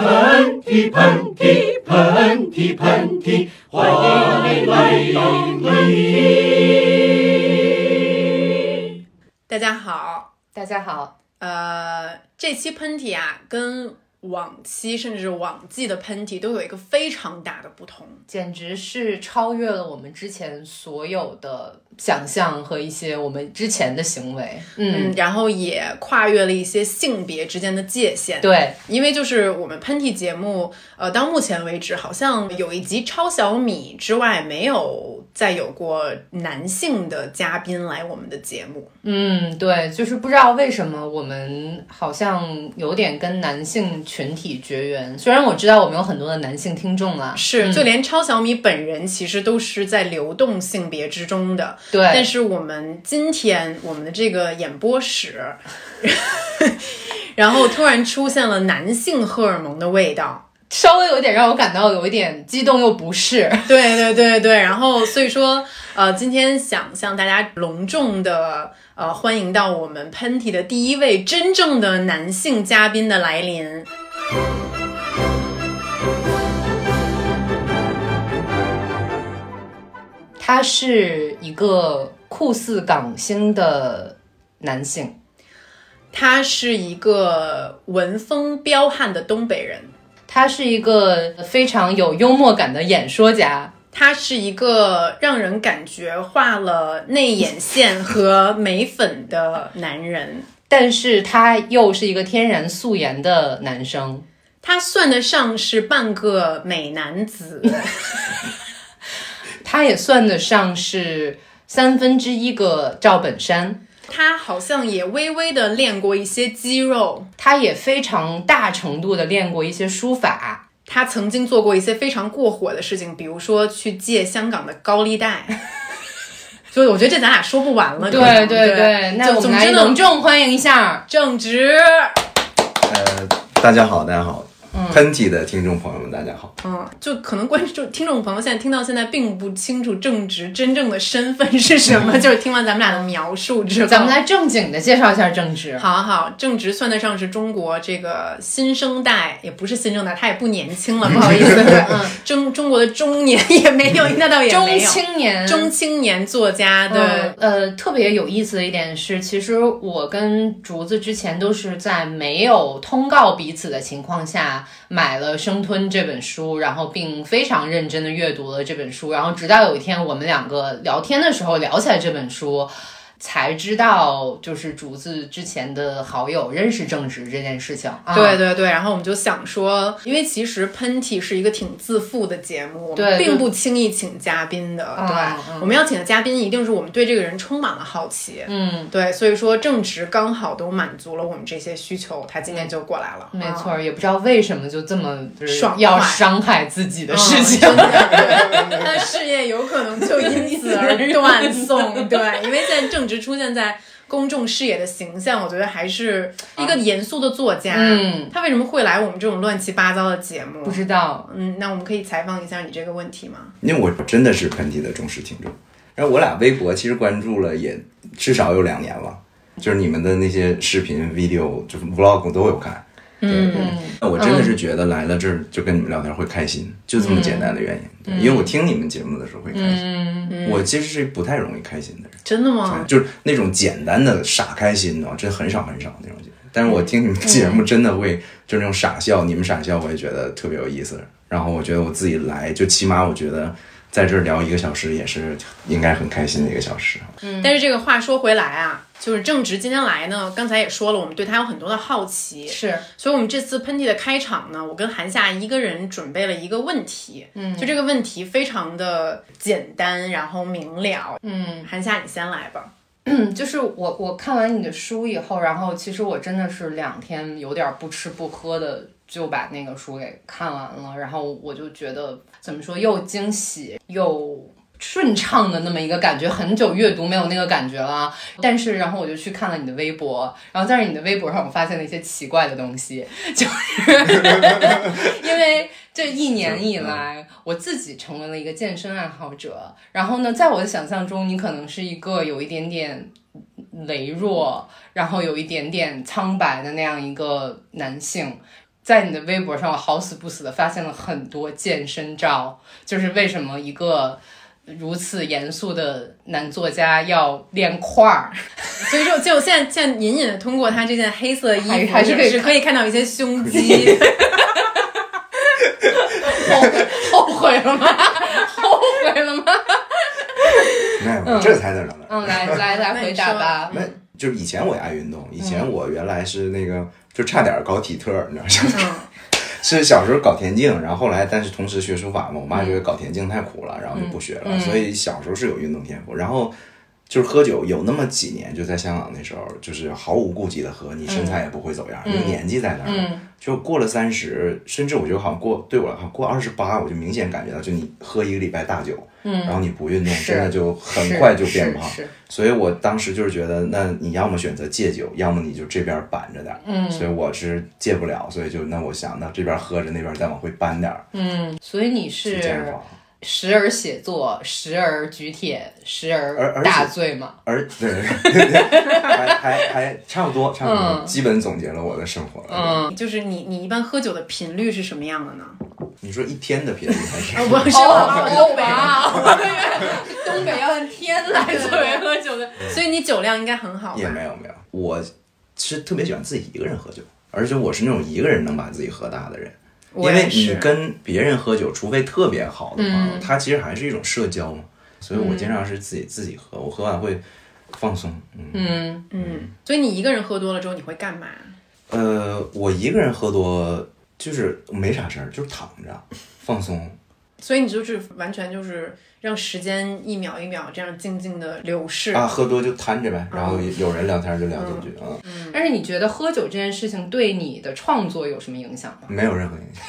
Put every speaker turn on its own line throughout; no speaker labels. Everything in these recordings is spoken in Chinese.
喷嚏喷嚏喷嚏喷嚏，欢迎你来到你。
大家好，
大家好，
呃，这期喷嚏啊，跟往期甚至是往季的喷嚏都有一个非常大的不同。
简直是超越了我们之前所有的想象和一些我们之前的行为。嗯，
嗯，然后也跨越了一些性别之间的界限。，
对，
因为就是我们喷嚏节目，呃，到目前为止好像有一集超小米之外，没有再有过男性的嘉宾来我们的节目。
嗯，对，就是不知道为什么我们好像有点跟男性群体绝缘。虽然我知道我们有很多的男性听众啊，
是，就连超小米本人其实都是在流动性别之中的。但
对，
是我们今天我们的这个演播室， 然后突然出现了男性荷尔蒙的味道。
稍微有点让我感到有一点激动又不适。
对对对对，然后所以说，呃，今天想向大家隆重的呃欢迎到我们喷嚏的第一位真正的男性嘉宾的来临。
他是一个酷似港星的男性，
他是一个文风彪悍的东北人，
他是一个非常有幽默感的演说家。
他是一个让人感觉画了内眼线和眉粉的男人。
但是他又是一个天然素颜的男生，
他算得上是半个美男 子，
他也算得上是三分之一个赵本山，
他好像也微微的练过一些肌肉，
他也非常大程度的练过一些书法，
他曾经做过一些非常过火的事情，比如说去借香港的高利 贷。所以我觉得这咱俩说不完了。可
对
能
对对，那
就
我们
总
来
之
隆
呢，
重欢迎一下，
正直，
呃，大家好，大家好，喷嚏的听众朋友们，大家好。
嗯，就可能观众听众朋友现在听到现在并不清楚正直真正的身份是什 么，就是听完咱们俩的描述之后，
咱们来正经的介绍一下郑智。
好好，正直算得上是中国这个新生代，也不是新生代，他也不年轻了，不好意 思，嗯，中中国的中年 也没有，那倒也
中
没有，
青年，
中青年作家
对
的，，
呃，特别有意思的一点是，其实我跟竹子之前都是在没有通告彼此的情况下买了《生吞》这本书，然后并非常认真的阅读了这本书，然后直到有一天我们两个聊天的时候聊起来这本书。才知道，就是竹子之前的好友认识正直这件事情啊。
对对对，然后我们就想说，因为其实喷嚏是一个挺自负的节目，我们
对对
并不轻易请嘉宾的，
嗯
对，
嗯
我们要请的嘉宾一定是我们对这个人充满了好奇，
嗯，
对，所以说正直刚好都满足了我们这些需求，他今天就过来了，
没
啊
错，也不知道为什么就这么就是
爽快
要伤害自己的事情。
嗯真的 他的事业有可能就因此而断 送。对，因为现在正值出现在公众视野的形象，我觉得还是一个严肃的作家。
嗯，
他为什么会来我们这种乱七八糟的节目
不？知道，
嗯，那我们可以采访一下你这个问题吗？
因为我真的是喷嚏的忠实听众。然后我俩微博其实关注了也至少有两年了，就是你们的那些视频、video，就是 vlog 我都有看。嗯，嗯那我真的是觉得来了这儿就跟你们聊天会开心，就这么简单的原因。对，因为我听你们节目的时候会开心。
嗯
嗯
我其实是不太容易开心的人，
真的吗？
就是那种简单的傻开心的，真的很少很少那种。但是我听你们节目真的会，就那种傻笑，你们傻笑，我也觉得特别有意思。然后我觉得我自己来，就起码我觉得在这儿聊一个小时也是应该很开心的一个小时。
嗯
但是这个话说回来啊，就是正直今天来呢，刚才也说了，我们对他有很多的好奇。
是
所以，我们这次喷嚏的开场呢，我跟韩夏一个人准备了一个问题，嗯，就这个问题非常的简单，然后明了，嗯，韩夏你先来吧，
就是我我看完你的书以后，然后其实我真的是两天有点不吃不喝的就把那个书给看完了，然后我就觉得怎么说又惊喜又。顺畅的那么一个感觉，很久阅读没有那个感觉了。但是，然后我就去看了你的微博，然后在你的微博上，我发现了一些奇怪的东西， 就是因为这一年以来，我自己成为了一个健身爱好者。然后呢，在我的想象中，你可能是一个有一点点羸弱，然后有一点点苍白的那样一个男性。在你的微博上，我好死不死的发现了很多健身照，就是为什么一个如此严肃的男作家要练块儿，
所以就就现在现在隐隐的通过他这件黑色的衣服，
还还是可以
也可以看到一些胸肌。
后悔了吗？后悔了吗？
没有没有，这才叫聊聊。
嗯，来来来，
那
回
你
答
说
吧。嗯
那就是以前我也爱运动，以前我原来是那个就差点搞体特儿，你知道吗？
嗯，
是小时候搞田径，然后后来但是同时学书法嘛，我妈
嗯
觉得搞田径太苦了，然后就不学了。所以小时候是有运动天赋，然后就是喝酒，有那么几年就在香港那时候，就是毫无顾忌的喝，你身
嗯
材也不会走样，因为年纪在那儿。就过了三十，甚至我觉得好像过对我来讲过二十八，我就明显感觉到，就你喝一个礼拜大酒，然后你不运动，
嗯是
真的就很快就变
是
胖。
是是
所以我当时就是觉得，那你要么选择戒酒，要么你就这边板着点儿。嗯，所以我是戒不了，所以就那我想，那这边喝着，那边再往回搬点儿，
所以你
去
是
健身房。
时而写作，时而举铁，时
而而
而
且
大醉嘛。
而 对，还还还差不多，差不多，
嗯
基本总结了我的生活。嗯，
就是你你一般喝酒的频率是什么样的呢？
你说一天的频率还是
啊，我是
哦
我东北人，
哇我以为东北要按天来作为喝酒的。
所以你酒量应该很好
也
吧？
没有没有，我是特别喜欢自己一个人喝酒，而且我是那种一个人能把自己喝大的人。因
我
为
也
你
是。嗯
跟别人喝酒，除非特别好的朋友，他其实还是一种社交嘛。所以我经常是自己自己喝，我喝完会放松。嗯，
嗯，
嗯，所以你一个人喝多了之后你会干嘛？
呃，我一个人喝多就是没啥事儿，就是躺着放松。
所以你就是完全就是让时间一秒一秒这样静静的流逝。
啊，喝多就瘫着呗，
啊
然后有人聊天就聊
嗯
几句啊，
但是你觉得喝酒这件事情对你的创作有什么影响吗？
没有任何影响。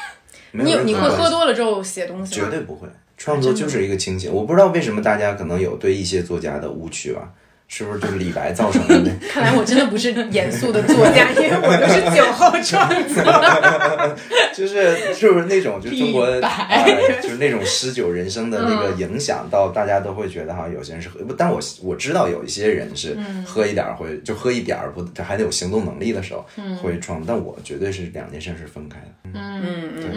没
你
有
有你
任
会
何
喝多了之后写东西
绝
吗？
对不会，创作就是一个清醒。我不知道为什么大家可能有对一些作家的误区吧，是不是就是李白造成的 那？
看来我真的不是严肃的作家，因为 我都是酒后创作。
就是是不是那种就中国
李白
哎就是那种诗酒人生的那个影响到大家都会觉得好像有些人是喝，不但我我知道有一些人是喝一点儿会就喝一点儿不，他还得有行动能力的时候会创，但我绝对是两件事是分开的。
嗯嗯
对，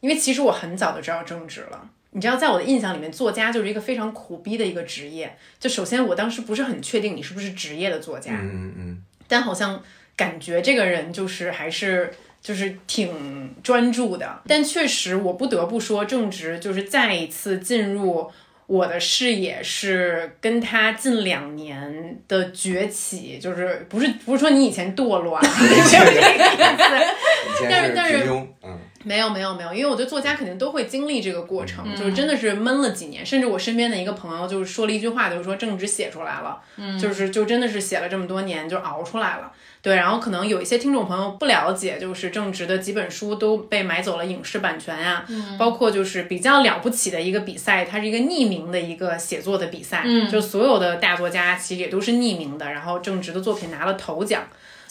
因为其实我很早就知道正职了。你知道，在我的印象里面，作家就是一个非常苦逼的一个职业。就首先，我当时不是很确定你是不是职业的作家，
嗯嗯嗯，
但好像感觉这个人就是还是就是挺专注的。但确实，我不得不说，正直就是再一次进入我的视野，是跟他近两年的崛起，就是不是不是说你以前堕落啊， 就是这个意思。
以前
但是但是
平庸，嗯，
没有没有没有，因为我觉得作家肯定都会经历这个过程，
嗯
就是真的是闷了几年，甚至我身边的一个朋友就是说了一句话，就是说正直写出来了，
嗯
就是就真的是写了这么多年就熬出来了。对，然后可能有一些听众朋友不了解，就是正直的几本书都被买走了影视版权啊，
嗯
包括就是比较了不起的一个比赛，它是一个匿名的一个写作的比赛，
嗯
就所有的大作家其实也都是匿名的，然后正直的作品拿了头奖。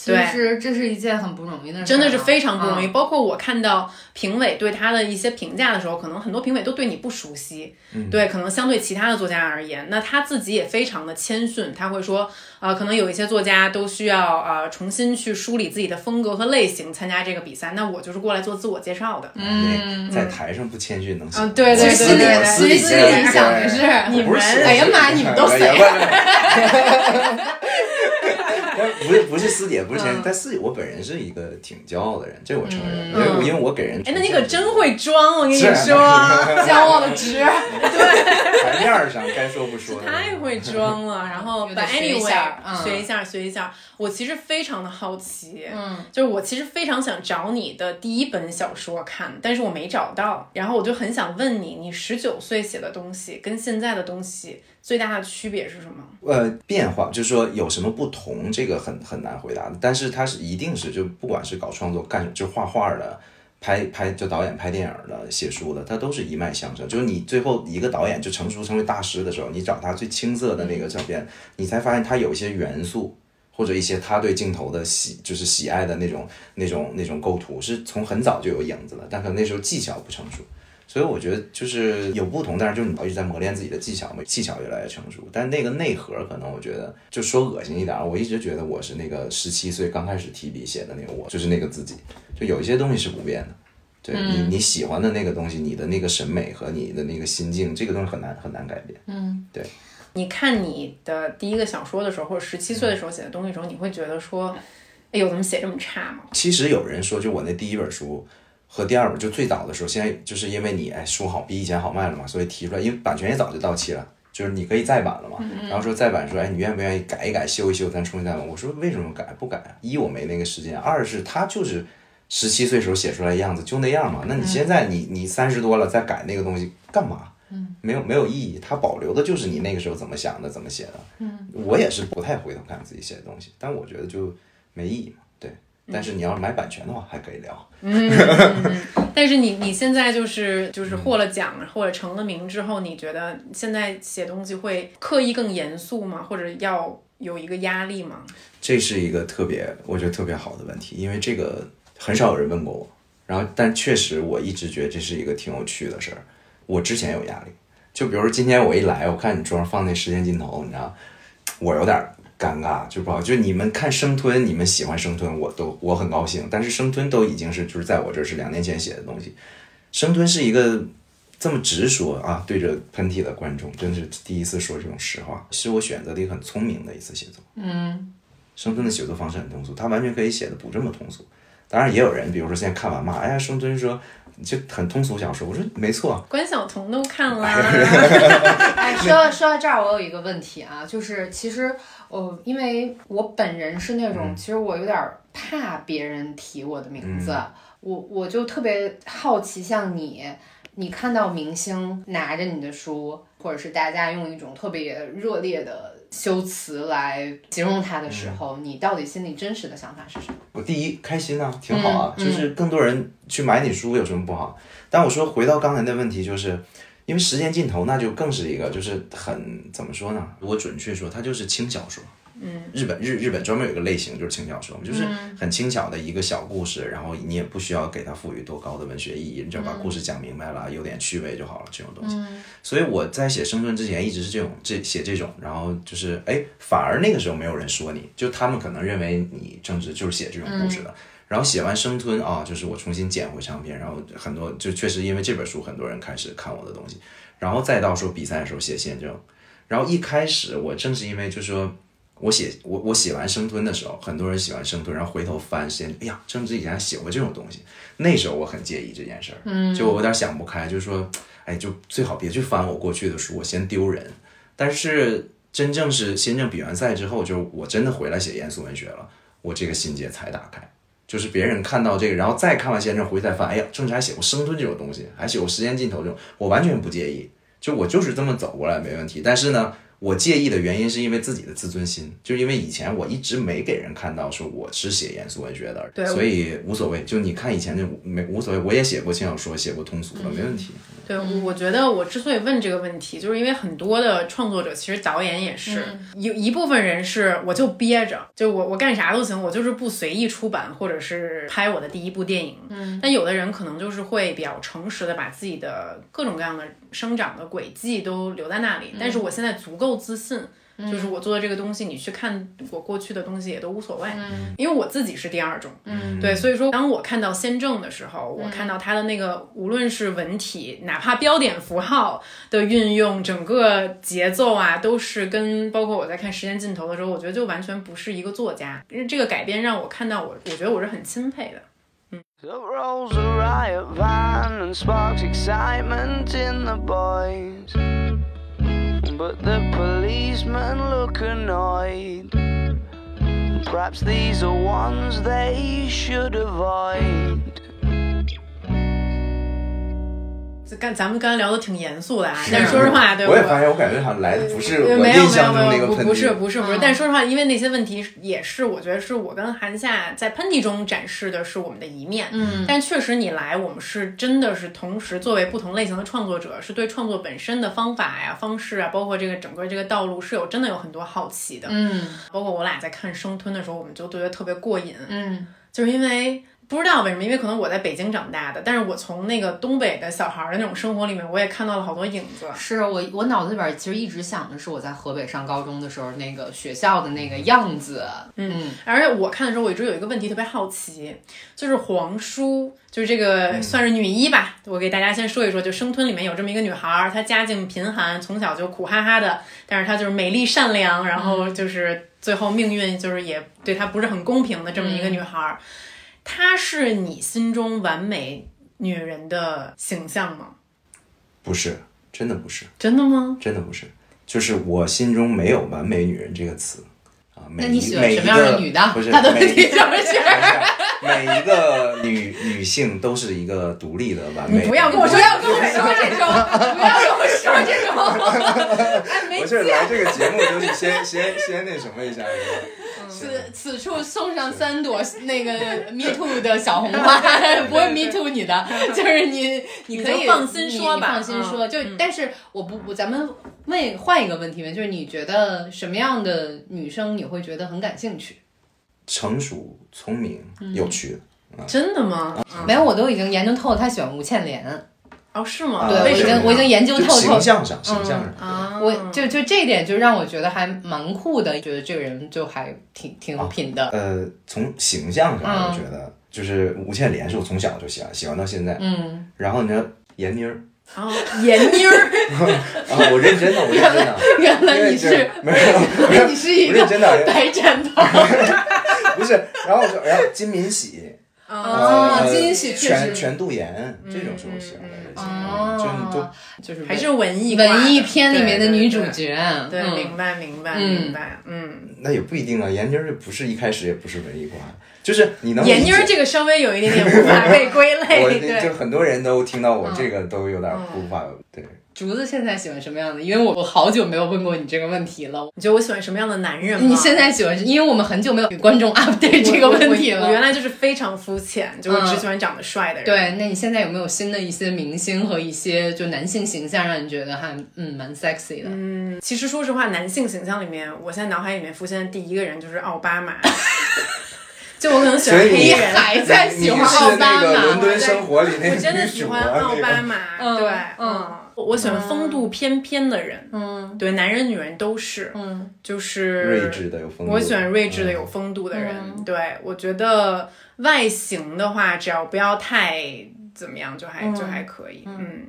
其实这是一件很不容易的事儿啊，
真的是非常不容易。
嗯。
包括我看到评委对他的一些评价的时候，可能很多评委都对你不熟悉，
嗯
对，可能相对其他的作家而言，那他自己也非常的谦逊，他会说，呃，可能有一些作家都需要呃重新去梳理自己的风格和类型参加这个比赛，那我就是过来做自我介绍的。
嗯，在台上不谦虚能行
啊对对对
私底
对对
私底
私
下
底下
想的是
我不是私底下
哎呀妈你们都谁啊
哎呀不是不是不是私底，下，不是谦虚，但私底我本人是一个挺骄傲的人，这我承认，因为我因为我给人
哎，那你可真会装，我跟你
是啊
说，
骄傲的直，
台面儿上该说不说的，
太会装 了，然后
有
but
的
anyway
学一下嗯
学一下学一下我其实非常的好奇，嗯，就是我其实非常想找你的第一本小说看，但是我没找到，然后我就很想问你，你十九岁写的东西跟现在的东西最大的区别是什么？
呃，变化就是说有什么不同，这个很很难回答的。但是它是一定是就不管是搞创作干什么，就画画的、拍拍就导演拍电影的、写书的，它都是一脉相承。就是你最后一个导演就成熟成为大师的时候，你找他最青涩的那个照片，你才发现他有一些元素。或者一些他对镜头的喜，就是喜爱的那种、那种、那种构图，是从很早就有影子了，但可能那时候技巧不成熟，所以我觉得就是有不同，但是就是你一直在磨练自己的技巧嘛，技巧越来越成熟。但那个内核可能我觉得就说恶心一点，我一直觉得我是那个十七岁刚开始提笔写的那个我，就是那个自己。就有一些东西是不变的，对你你喜欢的那个东西，你的那个审美和你的那个心境，这个东西很难很难改变。嗯，对。
你看你的第一个小说的时候，或者十七岁的时候写的东西的时候，你会觉得说，哎呦，怎么写这么差吗？
其实有人说，就我那第一本书和第二本，就最早的时候，现在就是因为你哎书好比以前好卖了嘛，所以提出来，因为版权也早就到期了，就是你可以再版了嘛。然后说再版说，哎，你愿不愿意改一改、修一修，咱重新再版？我说为什么改不改啊？一我没那个时间，二是他就是十七岁时候写出来的样子就那样嘛。那你现在你你三十多了再改那个东西干嘛？没有没有意义，它保留的就是你那个时候怎么想的、怎么写的。嗯，我也是不太回头看自己写的东西，但我觉得就没意义嘛。对，但是你要是买版权的话，还可以聊。
但是你你现在就是就是获了奖或者成了名之后，你觉得现在写东西会刻意更严肃吗？或者要有一个压力吗？
这是一个特别，我觉得特别好的问题，因为这个很少有人问过我。然后，但确实我一直觉得这是一个挺有趣的事儿。我之前有压力，就比如说今天我一来，我看你桌上放那时间尽头，你知道，我有点尴尬，就不好。就你们看生吞，你们喜欢生吞，我都我很高兴。但是生吞都已经是就是在我这儿是两年前写的东西，生吞是一个这么直说啊，对着喷嚏的观众，真是第一次说这种实话，是我选择的一个很聪明的一次写作。嗯，生吞的写作方式很通俗，他完全可以写的不这么通俗。当然也有人，比如说现在看完嘛，哎呀，生吞说就很通俗小说，我说没错，
关晓彤都看了，啊
哎，说到说到这儿，我有一个问题啊，就是其实呃，因为我本人是那种，其实我有点儿怕别人提我的名字，我我就特别好奇，像你，你看到明星拿着你的书，或者是大家用一种特别热烈的修辞来形容他的时候，你到底心里真实的想法是什么？
我第一开心啊，挺好啊，就是更多人去买你书有什么不好？但我说回到刚才的问题，就是因为时间尽头，那就更是一个就是很怎么说呢？如果准确说，它就是轻小说。嗯，日本日日本专门有一个类型就是轻小说，就是很轻巧的一个小故事，然后你也不需要给它赋予多高的文学意义，你只要把故事讲明白了，有点趣味就好了，这种东西。所以我在写生存之前一直是这种这写这种，然后就是哎，反而那个时候没有人说你，就他们可能认为你正直就是写这种故事的。然后写完生吞啊，就是我重新捡回唱片，然后很多就确实因为这本书，很多人开始看我的东西，然后再到说比赛的时候写宪政，然后一开始我正是因为就是说我写我我写完生吞的时候，很多人喜欢生吞，然后回头翻时间，哎呀，郑智以前还写过这种东西，那时候我很介意这件事儿，嗯，就我有点想不开，就是说，哎，就最好别去翻我过去的书，我嫌丢人。但是真正是新政比完赛之后，就是我真的回来写严肃文学了，我这个心结才打开。就是别人看到这个，然后再看完先生回去再翻，哎呀，郑智还写过生吞这种东西，还写过时间尽头这种，我完全不介意，就我就是这么走过来没问题。但是呢，我介意的原因是因为自己的自尊心，就因为以前我一直没给人看到说我是写严肃文学
对
的，所以无所谓。就你看以前就没无所谓，我也写过轻小说，写过通俗的，没问题。
对，我我觉得我之所以问这个问题，就是因为很多的创作者，其实导演也是、有一部分人是我就憋着，就我我干啥都行，我就是不随意出版或者是拍我的第一部电影。嗯，但有的人可能就是会比较诚实的把自己的各种各样的生长的轨迹都留在那里，但是我现在足够自信。就是我做的这个东西，你去看我过去的东西也都无所谓，因为我自己是第二种，
嗯
对，所以说当我看到先正的时候，我看到他的那个无论是文体，哪怕标点符号的运用，整个节奏啊，都是跟包括我在看《时间尽头》的时候，我觉得就完全不是一个作家，因为这个改编让我看到我，我觉得我是很钦佩的。
The rolls a riot van and sparks excitement in the boys. But the policemen look annoyed. Perhaps these are ones they should avoid.
就刚咱们刚才聊的挺严肃的啊， 但说实话，对
我也发现我感觉好像来的不是
对
我
没有
印
没有
象中
没
那
有，
个
不
喷
不是
嚏。
不是不是，但说实话，因为那些问题是也是，我觉得是我跟韩夏在喷嚏中展示的是我们的一面，嗯，但确实你来，我们是真的是同时作为不同类型的创作者，是对创作本身的方法呀、方式啊，包括这个整个这个道路是有真的有很多好奇的，嗯，包括我俩在看《生吞》的时候，我们就觉得特别过瘾，嗯，就是因为不知道为什么，因为可能我在北京长大的，但是我从那个东北的小孩儿的那种生活里面，我也看到了好多影子。
是啊我我脑子里边其实一直想的是我在河北上高中的时候那个学校的那个样子，嗯，
而且我看的时候，我一直有一个问题特别好奇，就是皇叔，就是这个算是女一吧，我给大家先说一说，就《生吞》里面有这么一个女孩儿，她家境贫寒，从小就苦哈哈的，但是她就是美丽善良，然后就是最后命运就是也对她不是很公平的这么一个女孩儿，她是你心中完美女人的形象吗？
不是，真的不是，
真的吗？
真的不是，就是我心中没有完美女人这个词啊。那
那你喜欢什么样的女的
不是，
他的问
每
题就是
每一个女女性都是一个独立的完美的。
不要跟我
不
说
要跟我说这种，不要跟我说这种，哎，没
不是来这个节目就是先先先那什么一下，是吧
此此处送上三朵那个 me too 的小红 花，不会 me too 你的，就是你，你可以
你就放心说吧
你你放心说。
嗯
就
嗯
但是我不，我咱们问换一个问题问，就是你觉得什么样的女生你会觉得很感兴趣？
成熟、聪明、有趣。
真的吗？
没有，我都已经研究透了，她喜欢吴倩莲，
哦，是吗？
啊
对
为
我已
什么
经
呀
我已经研究
就
透透
形。象上，形象上，
啊，
我就就这一点就让我觉得还蛮酷的，觉得这个人就还挺挺有品的。
呃，从形象上，
嗯
我觉得就是吴倩莲是我从小就喜欢，喜欢到现在。
嗯，
然后你说闫妮 儿，
哦，闫妮儿，
啊，我认真的，我认真的，
原
因
来
为
你
这
是
没有，
你是一
不
个
是真的
白展鹏。
不是。然后我说，然后金敏喜，
啊
哦
呃
金喜确
全
实嗯
全度妍这种是我喜欢的类型，嗯就你都
哦就是
还是文艺
文艺片里面的女主
角。
角，
对，
嗯
明白明白
嗯
明白，嗯，
那也不一定啊。闫妮儿不是一开始也不是文艺挂，就是你能
闫妮儿
理解
这个稍微有一点点无法被归
我
类，
就
对，
很多人都听到我
嗯
这个都有点无法对。
竹子现在喜欢什么样的？因为我我好久没有问过你这个问题了。
你觉得我喜欢什么样的男人吗？
你现在喜欢是，因为嗯我们很久没有给观众 update 这个问题
我
了。
我我原来就是非常肤浅，就我只
嗯
喜欢长得帅的人。
对，那你现在有没有新的一些明星和一些就男性形象让你觉得还嗯蛮 sexy 的？
嗯，其实说实话，男性形象里面，我现在脑海里面浮现的第一个人就是奥巴马， 就我可能喜欢
所以
黑
你
人。
还在喜欢
你
奥
是那
巴
个
马
伦？敦生活里那
我
个
真的
女
喜
主
欢
啊
奥
那
巴
个
马，
嗯
对，
嗯，
我我喜欢风度翩翩的人，
嗯
对，男人女人都是，
嗯
就是
睿智的有风度的，
我喜欢睿智的、
嗯
有风度的人。
嗯
对，我觉得外形的话，只要不要太怎么样，就还、就还可以。嗯。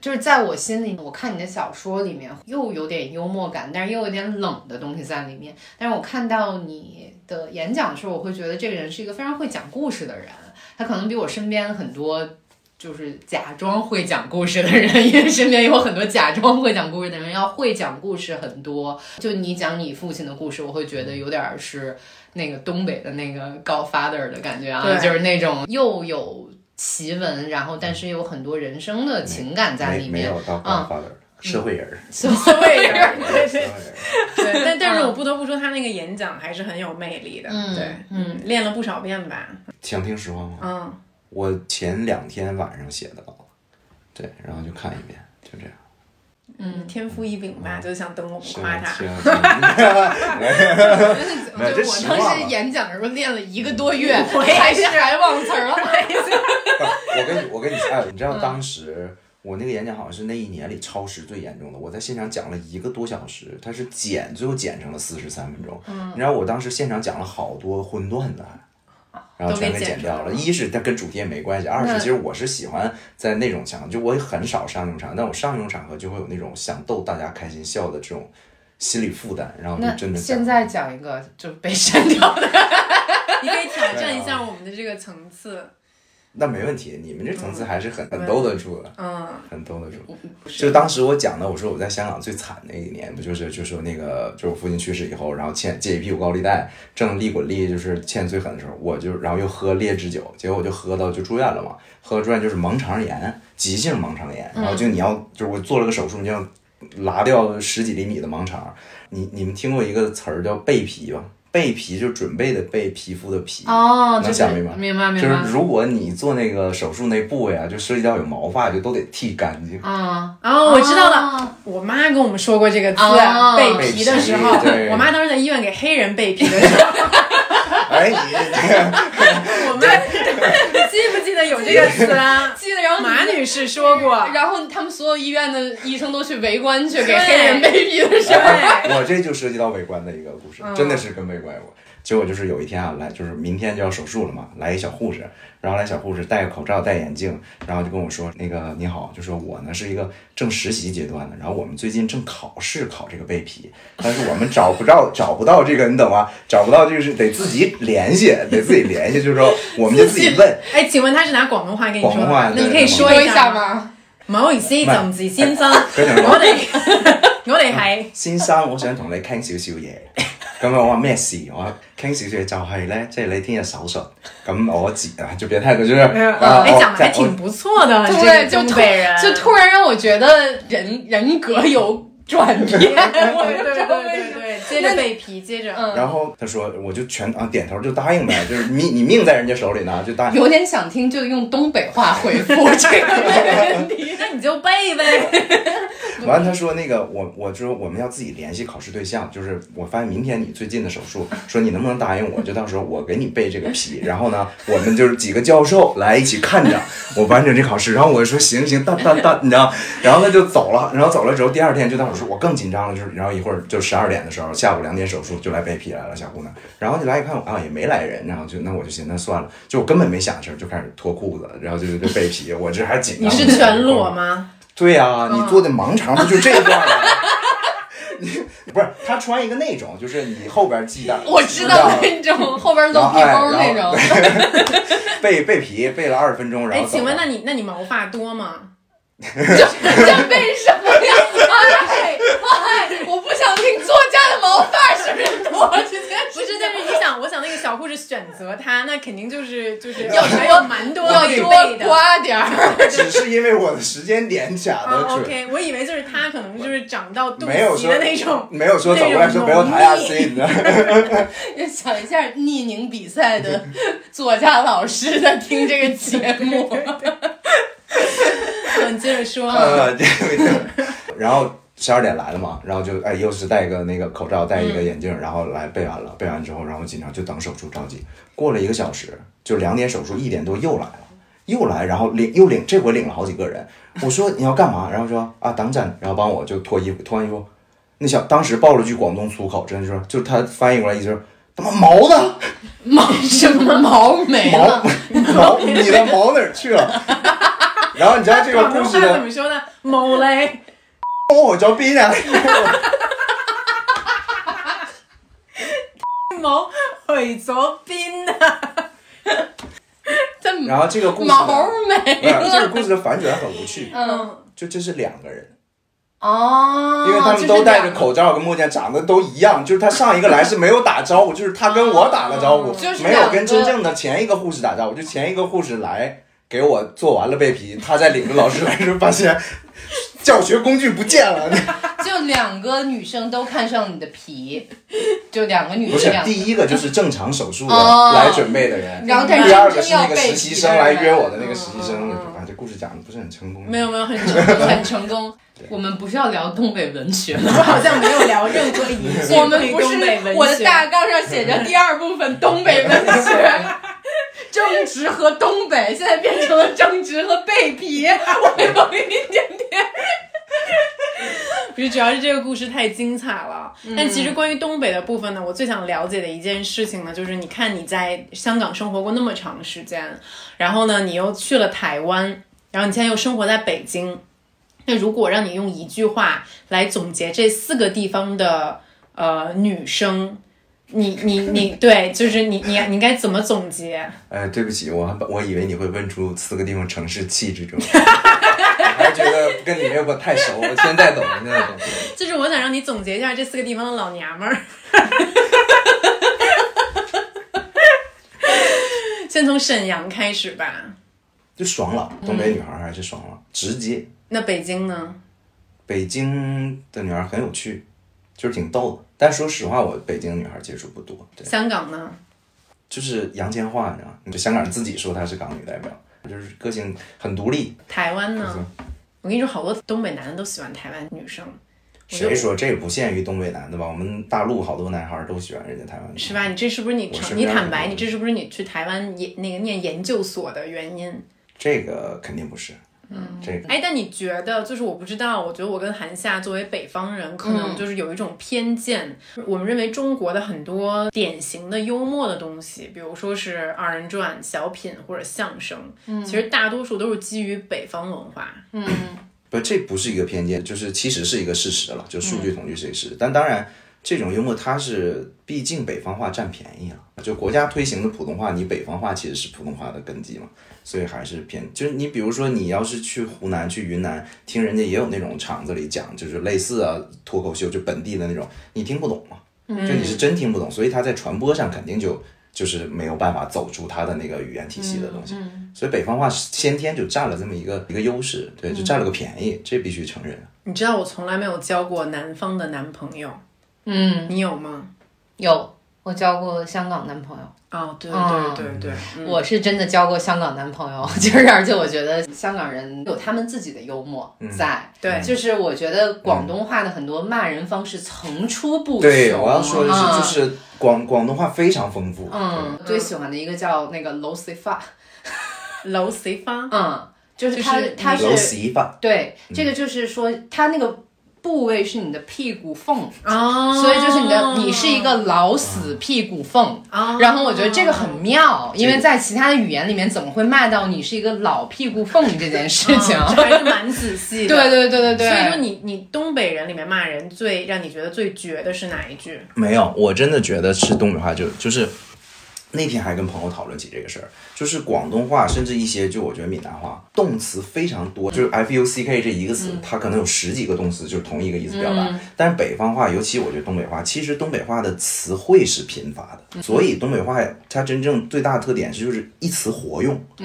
就是在我心里，我看你的小说里面又有点幽默感，但是又有点冷的东西在里面。但是我看到你的演讲的时候，我会觉得这个人是一个非常会讲故事的人，他可能比我身边很多。就是假装会讲故事的人，因为身边有很多假装会讲故事的人，要会讲故事很多。就你讲你父亲的故事，我会觉得有点儿是那个东北的那个 Godfather 的感觉啊，
对
就是那种又有奇闻，然后
嗯
但是有很多人生的情感在里
没没
面。
有到
嗯
Godfather、社会人儿，
对呀，对
社会
对
人儿。
对， 但但是我不得不说，他那个演讲还是很有魅力的。
嗯
对，嗯，练了不少遍吧。
想听实话吗？
嗯，
我前两天晚上写的稿，对，然后就看一遍，就这样。
嗯
天赋异禀吧，就想等我们
嗯是
夸
啊，
他
是。啊，是啊 没有
就
这
是我
实话
当时
嘛
演讲的时候练了一个
嗯
多月，还是还忘词 儿了。
我跟你，我跟你哎，你知
嗯
道当时我那个演讲好像是那一年里超时最严重的，我在现场讲了一个多小时，它是剪，最后剪成了四十三分钟。
嗯
你知道我当时现场讲了好多混乱的。然后
都
全
给
给
剪
剪掉
出来
了。
了嗯
一是它跟主题也没关系，二是其实我是喜欢在那种场合，就我很少上用场，但我上用场合就会有那种想逗大家开心笑的这种心理负担，然后就真的讲
现在讲一个就被删掉的，
你可以挑
啊
战一下我们的这个层次。
那没问题，你们这层次还是很很兜得住的，
嗯，
很兜得住。就当时我讲的，我说我在香港最惨那一年，不就是就说那个就是我父亲去世以后，然后欠借一屁股高利贷，挣利滚利，就是欠最狠的时候，我就然后又喝劣质酒，结果我就喝到就住院了嘛，喝到住院就是盲肠炎，急性盲肠炎，然后就你要就是我做了个手术，你就要拉掉十几厘米的盲肠。你你们听过一个词儿叫背皮吧？备皮就准备的备皮肤的皮，
哦，就
能
是
想明白吗
明白
就
明
是
白，
如果你做那个手术那部位啊，就涉及到有毛发，就都得剃干净。
啊，
哦，我知道了
哦，
我妈跟我们说过这个字
哦，
备皮的时候
备皮对，
我妈当时在医院给黑人备皮的时候，
哎，你这个
我 妈记不记得有这个词啊？
记得然后
马女士说 过，
然后他们所有医院的医生都去围观去给
对
黑人被逼的时
对，
候，
哎我这就涉及到围观的一个故事，真的是跟围观有关。结果就是有一天啊，来就是明天就要手术了嘛，来一小护士，然后来小护士戴个口罩戴眼镜，然后就跟我说那个你好，就说我呢是一个正实习阶段的，然后我们最近正考试考这个背皮，但是我们找不着找不到这个，你懂吗？找不到就是得自己联系，得自己联系，就是说我们就自己问，
哎，请问她是拿广东话跟你说
广
的
东话
吗？那你
对
可以说
一
下
下
吗？
吗？
唔好意思，就唔是先生，
哎跟你
我哋 我哋係。
先生，我想同你傾少少嘢。咁我話咩事？我話傾少少嘢就係咧，即係你聽日手術。咁我自啊就別太過，就是啊，
哎，讲的
我
还
在
挺不错的，啊这
对，
个
就
东
突
北人，
就突然让我觉得人人格有转 变，我嗯
对
也不
对
知道为
对对
什么。
对，接着背皮，接着，
然后他说我就全啊点头就答应呗，就是命你命在人家手里呢，就答应。
有点想听，就用东北话回复这个问题。
那 你就背呗。
完了他说那个我我说我们要自己联系考试对象，就是我发现明天你最近的手术，说你能不能答应我，就到时候我给你备这个皮， 然后呢我们就是几个教授来一起看着 我完成这考试。然后我就说行行，当当当，你知道，然后他就走了，然后走了之后第二天就到手术，我更紧张了，就是然后一会儿就十二点的时候，下午两点手术就来备皮来了小姑娘，然后就来一看我啊也没来人，然后就那我就寻思那算了，就我根本没想事儿，就开始脱裤子，然后就就备皮，我这还紧
你
张。
是全裸？吗？
对呀、
嗯
你做的盲肠不就这一段 吗？你不是他穿一个那种，就是你后边系带，
我知道那种后边露屁
然
包
后
那
哎
种，
背背皮背了二十分钟，然
哎，
后
请问
走
那
了
你那你毛发多吗？
这为什么呀？哎哎，我不想听作家的毛发是不是多？直 接
不是，但是你想，我想那个小护士选择他，那肯定就是就是要还有蛮多
要
要背
多
的。
刮点儿。
只是因为我的时间点卡的
啊
哦
准。
，OK，我以为就是他可能就是长到肚
没有
脐
说
的那种，
没有说走过来说没有抬下啊 C，你知道吗？
想一下逆龄比赛的作家老师在听这个节目，
嗯，接着说，
呃， 对对对。 然后十二点来了嘛，然后就哎，又是戴个那个口罩，戴一个眼镜，然后来备完了，备完之后，然后紧张就等手术着急。过了一个小时，就两点手术，一点多又来了。又来，然后领又领，这回领了好几个人。我说你要干嘛？然后说啊挡站，然后帮我就脱衣服，脱完衣服，那小当时爆了句广东粗口，真的是，就他翻译过来一句，他妈毛呢？
毛什么毛没
毛
了？
毛，你的毛哪儿去了？然后你知道这个
广
故
东
事
话
呢
怎？么说呢？某嘞，
我叫冰凉。
某回咗边啊？
这
然后这个故事呢
毛没
没有，这个
了？
故事的反转很无趣，
嗯，
就这是两个人，
哦，
因为他们
就
都
是
戴
两
着，口罩跟墨镜，长得都一样，就是他上一个来是没有打招呼，就是他跟我打了招呼，
哦就是
没有
两个
跟真正的前一个护士打招呼，就前一个护士来给我做完了背皮，他在领着老师来时候发现教学工具不 见了，
就两个女生都看上你的皮，就两个女
不是
生，两个
第一个就是正常手术的
哦
来准备的人。
然后但
第二
是
个
真
是
要
那个
被
实
皮
习
的
生来
人
约我的那个实习生，
哦
嗯嗯
啊，这故事讲的不是很成功。
没有没有，很成
就
功，
很成功。我们不是要聊东北文学吗？
我好像没有聊任何一句
我们不是
东北文学
我的大纲上写着第二部分东北文学，正直和东北，现在变成了正直和被皮，我有一点点。
不是，主要是这个故事太精彩了。但其实关于东北的部分呢，我最想了解的一件事情呢，就是你看你在香港生活过那么长时间，然后呢，你又去了台湾，然后你现在又生活在北京。那如果让你用一句话来总结这四个地方的呃女生，你你你对，就是你你你该怎么总结？
哎，对不起，我还我以为你会问出四个地方城市气质中， 我还觉得跟你没有过太熟，我现在懂，现在懂。
就是我想让你总结一下这四个地方的老娘们 儿。先从沈阳开始吧。
就爽朗，东
嗯
北女孩还是爽朗，直接。
那北京呢？
北京的女孩很有趣，就是挺逗的。但说实话，我北京女孩接触不多，对，
香港呢？
就是杨千嬅，你知道吗，就香港人自己说她是港女代表，就是个性很独立。
台湾呢？我跟你说，好多东北男的都喜欢台湾女生，我就
谁说这也不限于东北男的吧？我们大陆好多男孩都喜欢人家台湾女，
是吧？你这是不是你
我身
你
边
坦
很
白，
多
你这是不是你去台湾研那个念研究所的原因？
这个肯定不是。嗯，这个
哎，但你觉得，就是我不知道，我觉得我跟韩夏作为北方人，可
嗯
能就是有一种偏见，我们认为中国的很多典型的幽默的东西，比如说是二人转、小品或者相声，
嗯
其实大多数都是基于北方文化。
不，这不是一个偏见，就是其实是一个事实了，就数据统计是一个事实。但当然，这种幽默它是毕竟北方话占便宜了，就国家推行的普通话，你北方话其实是普通话的根基嘛，所以还是偏。就是你比如说，你要是去湖南、去云南，听人家也有那种厂子里讲，就是类似啊脱口秀，就本地的那种，你听不懂嘛，就你是真听不懂，所以它在传播上肯定就。就是没有办法走出它的那个语言体系的东西，所以北方话先天就占了这么一个一个优势，对，
嗯
就占了个便宜，这必须承认。
你知道我从来没有交过南方的男朋友，
嗯，
你有吗？
有，我交过香港男朋友。
哦，对
嗯
对对对，嗯
我是真的交过香港男朋友， 就是而且我觉得香港人有他们自己的幽默
嗯
在，
对
就是我觉得广东话的很多骂人方式层出不穷。
对，我要说的
啊
是，就是广广东话非常丰富，
嗯，最喜欢的一个叫那个 l o s i f a
楼随方，
嗯，就是他
就是
他
对
是
楼媳吧，
对
嗯
这个就是说他那个部位是你的屁股缝，
哦，
所以就是你的你是一个老死屁股缝。
哦，
然后我觉得这个很妙，因为在其他的语言里面怎么会骂到你是一个老屁股缝这件事情？
哦这还是蛮仔细的。
对对对对对，
所以说你你东北人里面骂人最让你觉得最绝的是哪一句？
没有，我真的觉得是东北话就就是。那天还跟朋友讨论起这个事儿，就是广东话，甚至一些就我觉得闽南话动词非常多，就是 f u c k 这一个词，它可能有十几个动词，就是同一个意思表达。但是北方话，尤其我觉得东北话，其实东北话的词汇是贫乏的，所以东北话它真正最大的特点是就是一词活用，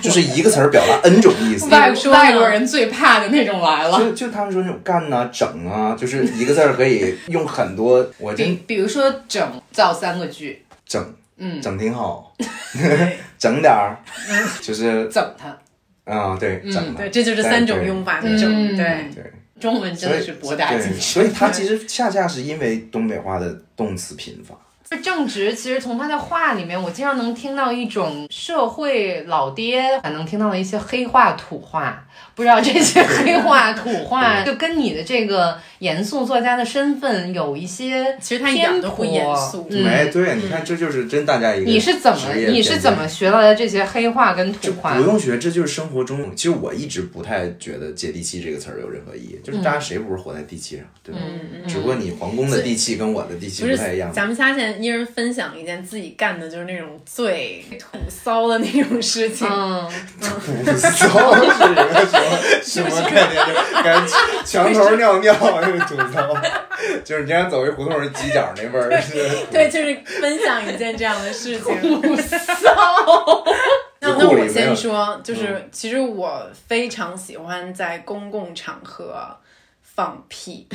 就是一个词儿表达 n 种意思。
外
比如说呢
外国人最怕的那种来了。
就就他们说那种干呐、整啊，就是一个字儿可以用很多，我
比
真
比如说整造三个句，
整，嗯，整挺好， 整点儿，
嗯
就是
整他，
啊、对，整的，
对，这就是三种用法
法，
的整。
嗯
对，
对，
中文真
所
的
以
是博大精
对
深。
所以它其实恰恰是因为东北话的动词贫乏，
正直其实从他的话里面，我经常能听到一种社会老爹，还能听到的一些黑话土话。不知道这些黑话土话，就跟你的这个严肃作家的身份有一些，
其实他一点都不严肃。
嗯
没哎对，你看这就是真大家一个，
你是怎么你是怎么？学到的这些黑话跟土
就
话
不？用学，这就是生活中。其实我一直不太觉得“接地气”这个词儿有任何意义，就是
嗯
大家谁不是活在地气上，对吧？只不过你皇宫的地气跟我的地气
不是
不太一样，。
咱们仨现在一人分享一件自己干的，就是那种最土骚的那种事情。
嗯，
不骚是一个什么什么概念？就感觉墙头尿尿那吐槽，就是你家走一胡同是犄角那味儿，是
对，就是分享一件这样的事 情。那
就
那我
库里没有嗯
先说，就是其实我非常喜欢在公共场合放屁，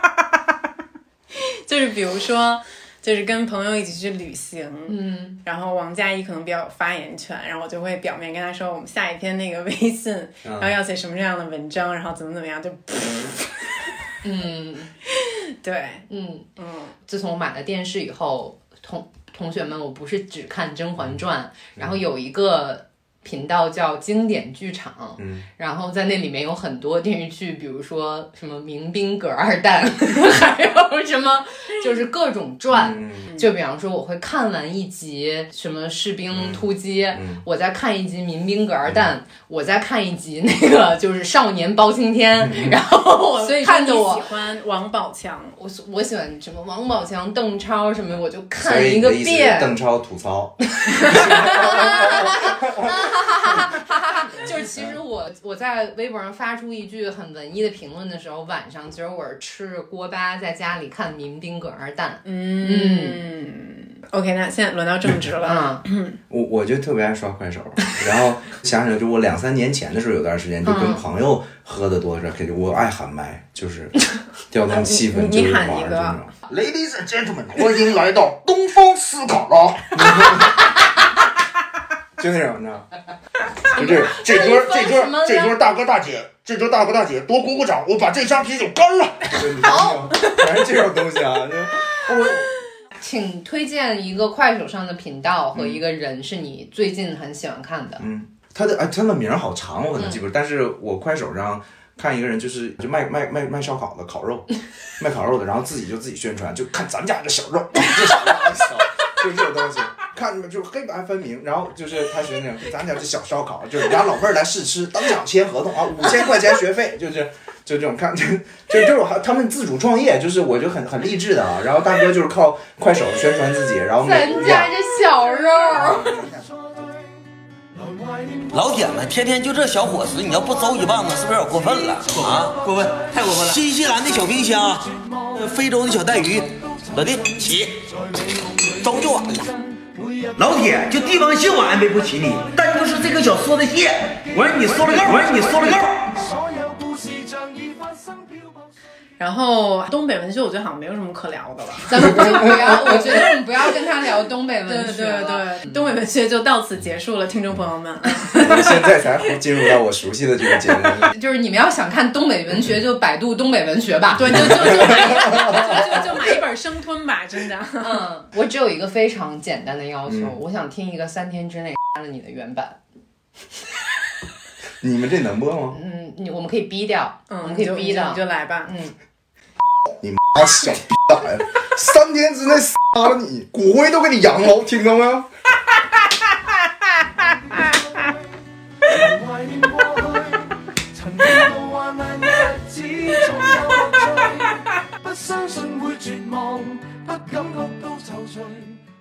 就是比如说，就是跟朋友一起去旅行，嗯，然后王佳怡可能比较有发言权，然后我就会表面跟她说我们下一篇那个微信，
嗯
然后要写什么这样的文章，然后怎么怎么样，就， 嗯，对，
嗯，嗯，自从我买了电视以后，同同学们，我不是只看《甄嬛传》
嗯
然后有一个频道叫经典剧场，嗯，然后在那里面有很多电视剧，比如说什么《民兵葛二蛋》， 还有什么就是各种传。
嗯
嗯
就比方说，我会看完一集什么《士
嗯
兵突击》我再看一集《民兵葛二蛋》我再看一集那个就是《少年包青
嗯
天》然后我
所以说
看
你
得我
喜欢王宝强，
我喜我喜欢什么王宝强、邓超什么，我就
所
看
以
一
你
个
的意思是
遍。
邓超吐槽，
就是其实我我在微博上发出一句很文艺的评论的时候，晚上其实我是吃着锅巴在家里看《民兵葛二蛋》。
嗯， OK，那现在轮到正直了。
嗯，
我我就特别爱刷快手，然后想起来，就我两三年前的时候，有段时间就
嗯
跟朋友喝的多的时候，肯定我爱喊麦，就是调动气
你
氛，
你
就是
喊
玩
一
儿
个
这种。
Ladies and gentlemen，欢迎来到东方思考了。
就那种，你知道吗？就这，
这桌这
哎什么呢
桌这桌大哥大姐，这桌大哥大姐多鼓鼓掌，我把这箱啤酒干了。
就你知道吗反正这种东西啊，就我
请推荐一个快手上的频道和一个人是你最近很喜欢看的。
他的哎，他的名儿好长，我可
嗯
能记不住，但是我快手上。看一个人就是就卖卖卖卖烧烤的 烤肉，卖烤肉的，然后自己就自己宣传，就看咱家这小肉， 这小肉，这小肉就这种东西，看着就黑白分明。然后就是他学那种，咱家这小烧烤，就是人家老妹儿来试吃，当场签合同啊，五千块钱学费，就是就这种看，就就这种他们自主创业，就是我就很很励志的啊。然后大哥就是靠快手宣传自己，然后每
咱家这小肉，
老铁们，天天就这小伙子，你要不走一棒子，是不是有点过分了啊？过分，太过分了！新西兰的小冰箱，呃非洲的小带鱼，老弟起，走就完了。
老铁，就地方性我安慰不起你，但就是这个小说的蟹，我让你说了够，我让你说了够。
然后东北文学，我觉得好像没有什么可聊的了。
咱们就不要，我觉得我们不要跟他聊东北
对
文学
对
了。
对，东北文学就到此结束了，听众朋友们。
我 现在才进入到我熟悉的这个节目。
就是你们要想看东北文学，就百度东北文学吧。
对，就就就买就就就买一本《生吞》吧，真的。
嗯，我只有一个非常简单的要求，我想听一个三天之内删了你的原版。
你们这能播 吗？
嗯，你我们可以逼掉，我
嗯，
们
你
可以
就
逼掉嗯
你。就来吧。
你妈啊小逼崽子，三天之内杀了你，骨灰都给你扬喽，听懂没有？
怀念过去，曾经到患难日子总有乐趣，不相信会绝望，不感觉都愁绪，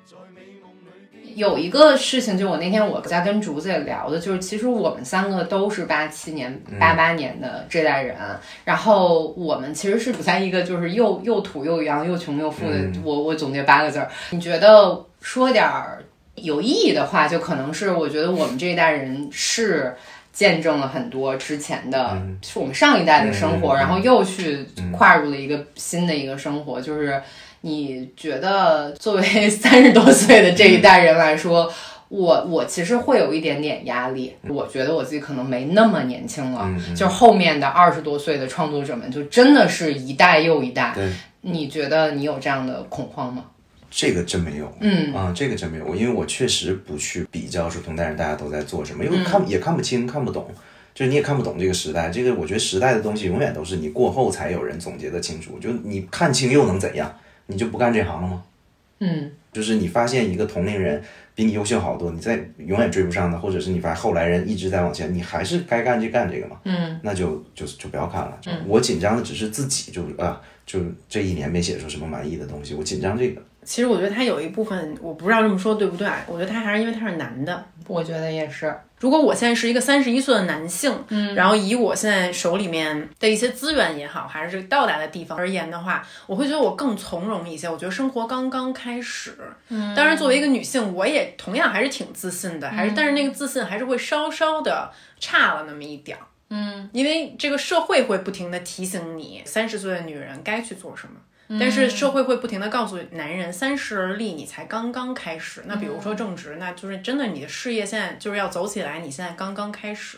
在美梦里。
有一个事情，就我那天我在跟竹子也聊的，就是其实我们三个都是八七年、八八年的这代人，啊然后我们其实是处在一个就是又又土又洋又穷又富的。
嗯
我我总结八个字儿，你觉得说点儿有意义的话，就可能是我觉得我们这一代人是。见证了很多之前的，是我们上一代的生活，
嗯嗯嗯嗯
然后又去跨入了一个新的一个生活，就是你觉得作为三十多岁的这一代人来说，我我其实会有一点点压力，我觉得我自己可能没那么年轻了，
嗯嗯
就是后面的二十多岁的创作者们，就真的是一代又一代。
对，
你觉得你有这样的恐慌吗？
这个真没有。
嗯
啊，这个真没有，因为我确实不去比较说同代人大家都在做什么，因为看、也看不清、看不懂，就是你也看不懂这个时代。这个我觉得时代的东西永远都是你过后才有人总结的清楚，就你看清又能怎样？你就不干这行了吗？
嗯，
就是你发现一个同龄人比你优秀好多，你再永远追不上他，或者是你发现后来人一直在往前，你还是该干就干这个嘛，嗯，那就就就不要看了。就
嗯
我紧张的只是自己就，啊，就这一年没写出什么满意的东西，我紧张这个。
其实我觉得他有一部分，我不知道这么说对不对，我觉得他还是因为他是男的。
我觉得也是。
如果我现在是一个三十一岁的男性，嗯，然后以我现在手里面的一些资源也好，还是到达的地方而言的话，我会觉得我更从容一些。我觉得生活刚刚开始，嗯，当然作为一个女性，我也同样还是挺自信的，还是、但是那个自信还是会稍稍的差了那么一点儿，嗯，因为这个社会会不停的提醒你，三十岁的女人该去做什么。但
嗯
是社会会不停的告诉男人，三十而立，你才刚刚开始。那比如
嗯
说正直，那就是真的你的事业现在就是要走起来，你现在刚刚开始。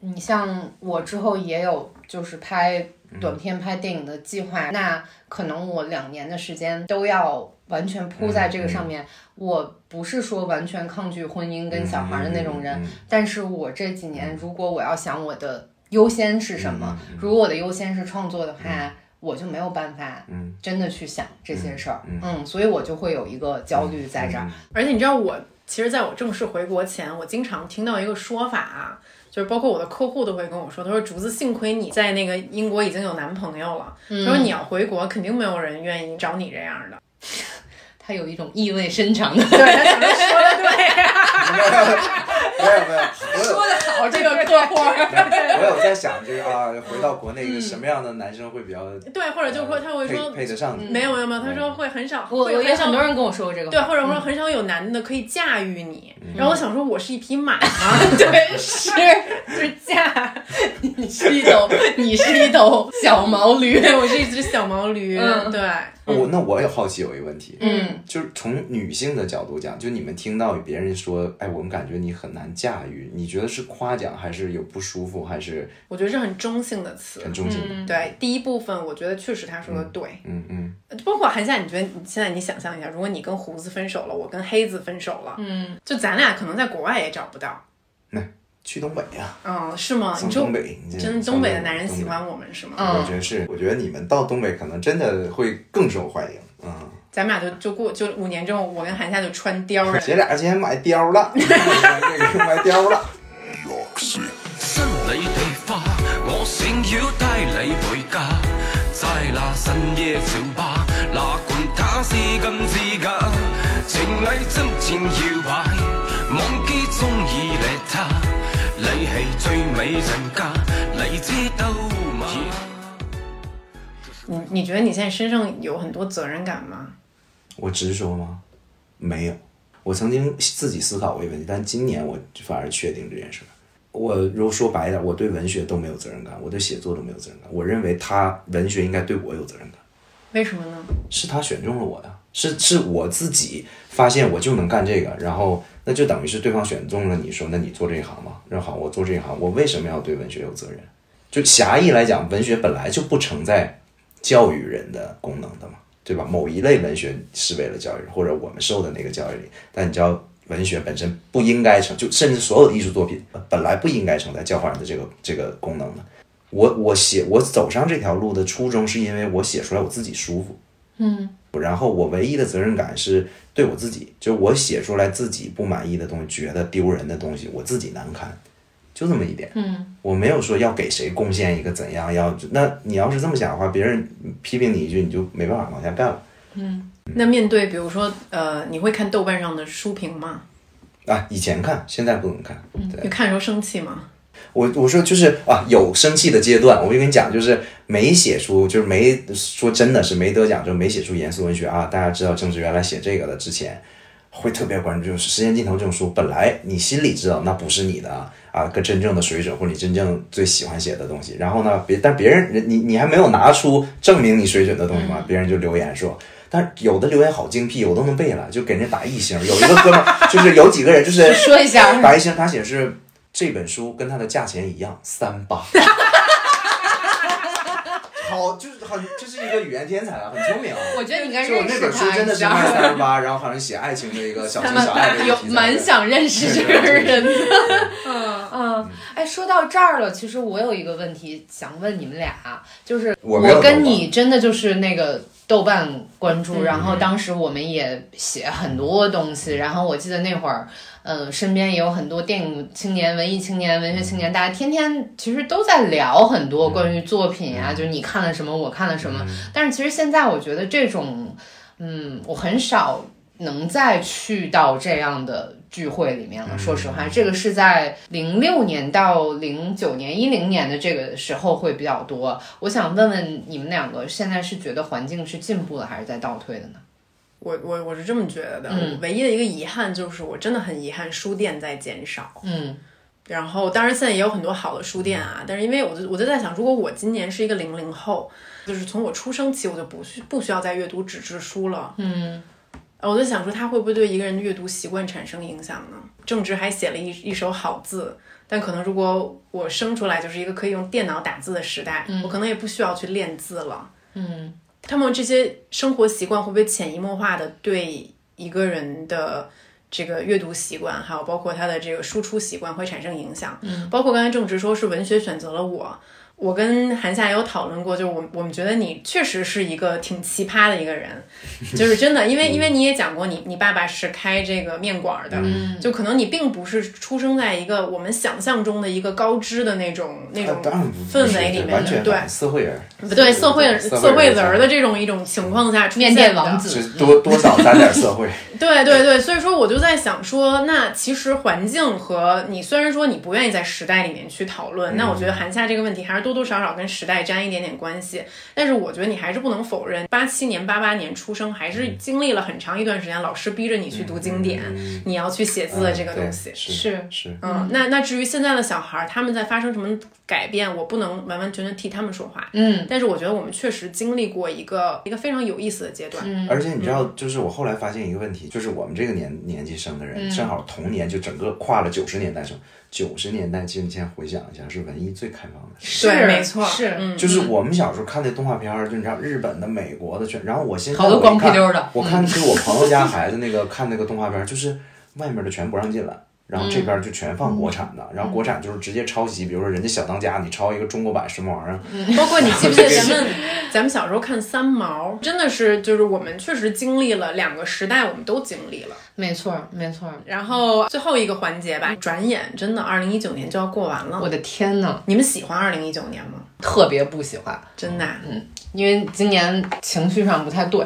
你像我之后也有就是拍
嗯
短片、拍电影的计划，那可能我两年的时间都要完全扑在这个
嗯
上面。我不是说完全抗拒婚姻跟小孩的那种人，
嗯嗯嗯
但是我这几年如果我要想我的优先是什么，
嗯嗯嗯
如果我的优先是创作的话，我就没有办法
嗯
真的去想这些事儿，
嗯
所以我就会有一个焦虑在这儿。
而且你知道我，其实在我正式回国前，我经常听到一个说法啊，就是包括我的客户都会跟我说，他说竹子，幸亏你在那个英国已经有男朋友了，他
嗯
说你要回国，肯定没有人愿意找你这样的。
它有一种意味深长的
对，他想说的对。
嗯没有 没有，我有
说的好，这个客户儿。
我有在想，就是啊，回到国内什么样的男生会比较
对，或者嗯就是说他会
呃配
说
配嗯得上你？
没有没有没有，他说会很少，
我
会
我也
少
很多人跟我说过这个话，
对，或者说很少有男的可以驾驭你。然后我想说，我是一匹马 吗？ 对，是就是驾，你是一头，你是一头小毛驴，我是一只小毛驴。
嗯
对，
我哦那我也好奇有一个问题，
嗯，
就是从女性的角度讲，就你们听到别人说，哎，我们感觉你很难驾驭，你觉得是夸奖还是有不舒服，还是
我觉得是很中性的词
很。中性的？
对，第一部分我觉得确实他说的对，
嗯嗯，
包括韩夏，你觉得你现在你想象一下，如果你跟胡子分手了，我跟黑子分手了，嗯，就咱俩可能在国外也找不到，
去东北呀、
嗯，是吗？
从
你说
东北，你这
真的
从
东北的男人喜欢我们是吗？
东北。我觉得是，我觉得你们到东北可能真的会更受欢迎。嗯，
咱们俩就就过就五年之后，我跟韩夏就穿貂了。
姐俩今天买貂了，嗯这个买貂了。
新理地花，我想要带你回家。在那深夜酒吧，哪管他是金是假，情侶真正搖擺，忘記中意你他，你係最美人家，你知道嗎？
你你觉得你现在身上有很多责任感吗？
我直说吗？没有，我曾经自己思考过一个问题，但今年我反而确定这件事儿。我如果说白一点，我对文学都没有责任感，我对写作都没有责任感。我认为他文学应该对我有责任感，
为什么呢？
是他选中了我呀，是是我自己发现我就能干这个，然后那就等于是对方选中了你说，那你做这一行吧。那好，我做这一行，我为什么要对文学有责任？就狭义来讲，文学本来就不承载教育人的功能的嘛，对吧？某一类文学是为了教育人，或者我们受的那个教育里，但你知道，文学本身不应该承，就甚至所有的艺术作品呃本来不应该承载教化人的这个这个功能的。我我写我走上这条路的初衷，是因为我写出来我自己舒服，嗯，然后我唯一的责任感是对我自己，就我写出来自己不满意的东西，觉得丢人的东西，我自己难堪，就这么一点，我没有说要给谁贡献一个怎样，要那你要是这么想的话，别人批评你一句，你就没办法往下干了。
那面对比如说呃，你会看豆瓣上的书评吗？
啊，以前看，现在不能看。
你
对，
看的时候生气吗？
我我说就是啊，有生气的阶段，我就跟你讲，就是没写出，就是没说真的是没得奖，就没写出严肃文学啊。大家知道郑治原来写这个的之前，会特别关注，就是《时间尽头》这种书，本来你心里知道那不是你的啊，啊，跟真正的水准或者你真正最喜欢写的东西。然后呢，别但别人人你你还没有拿出证明你水准的东西嘛，别人就留言说。但是 有的留言好精辟，我都能背下来，就给人家打一星。有一个哥们儿，就是有几个人，就是
说一下
打一星，他写是这本书跟它的价钱一样，三八。好，就是很，这是一个语言天才啊，很聪明啊。
我觉得你应该
就
认
那
识
本书
他，
真
你
的
知
是
道
卖
吗？
三十八，然后好像写爱情的一个小
他
情小爱的
们
一个
有
题材
蛮想认识这个人的。嗯 嗯，哎，说到这儿了，其实我有一个问题想问你们俩，就是
我没有
跟
豆瓣
你真的就是那个豆瓣关注，然后当时我们也写很多东西，然后我记得那会儿。呃，身边也有很多电影青年、文艺青年、文学青
嗯
年，大家天天其实都在聊很多关于作品
嗯
啊，就是你看了什么，我看了什么。但是其实现在我觉得这种，嗯，我很少能再去到这样的聚会里面
嗯
了。说实话，这个是在零六年到零九年、一零年的这个时候会比较多。我想问问你们两个，现在是觉得环境是进步了还是在倒退的呢？
我我我是这么觉得的。
嗯
我唯一的一个遗憾就是，我真的很遗憾书店在减少。
嗯
然后，当然现在也有很多好的书店啊，但是因为我就我就在想，如果我今年是一个零零后，就是从我出生起，我就不需不需要再阅读纸质书了。
嗯，
呃我就想说，它会不会对一个人的阅读习惯产生影响呢？郑执还写了一一手好字，但可能如果我生出来就是一个可以用电脑打字的时代，我可能也不需要去练字了。
嗯，
他们这些生活习惯会不会潜移默化的对一个人的这个阅读习惯，还有包括他的这个输出习惯会产生影响？嗯，包括刚才郑执说是文学选择了我，我跟韩夏也有讨论过，就是我我们觉得你确实是一个挺奇葩的一个人，就是真的，因为因为你也讲过你，你爸爸是开这个面馆儿的，
嗯
嗯
就可能你并不是出生在一个我们想象中的一个高知的那种那种
当然不是
氛围里面
完
的，
全
对，
社会人，
不对社会
社
社会
人
人儿的这种一种情况下出
面
现
店
的
王
就
子，
是多多少沾点社会，
对对对，所以说我就在想说，那其实环境和你虽然说你不愿意在时代里面去讨论，那我觉得韩夏这个问题还是多多少少跟时代沾一点点关系。但是我觉得你还是不能否认，八七年、八八年出生，还是经历了很长一段时间，老师逼着你去读经典，你要去写字的这个东西。
嗯嗯对是
是
是
嗯，那那至于现在的小孩儿，他们在发生什么改变，我不能完完全全替他们说话。
嗯，
但是我觉得我们确实经历过一个一个非常有意思的阶
嗯
段。
而且你知道，就是我后来发现一个问题，就是我们这个年年纪生的
嗯
人，正好同年就整个跨了九十年代生。九十年代，其实你现在回想一下，是文艺最开放的
是
时
对没错嗯
是
代，就是我们小时候看的动画片儿，就你知道日本的、美国的，全。然后我现在
好多
我一
光屁
看
溜儿的嗯
我看是我朋友家孩子那个看那个动画片儿，就是外面的全不让进来。然后这
嗯
边就全放国产的，然后国产就是直接抄袭，比如说人家小当家，你抄一个中国版什么玩意儿，
包括你记不记得咱们 咱们小时候看三毛，真的是就是我们确实经历了两个时代，我们都经历了。
没错没错。
然后最后一个环节吧，转眼真的二零一九年就要过完
我
了。
的天呐，
你们喜欢二零一九年吗？
特别不喜欢，
真的啊、
嗯因为今年情绪上不太对。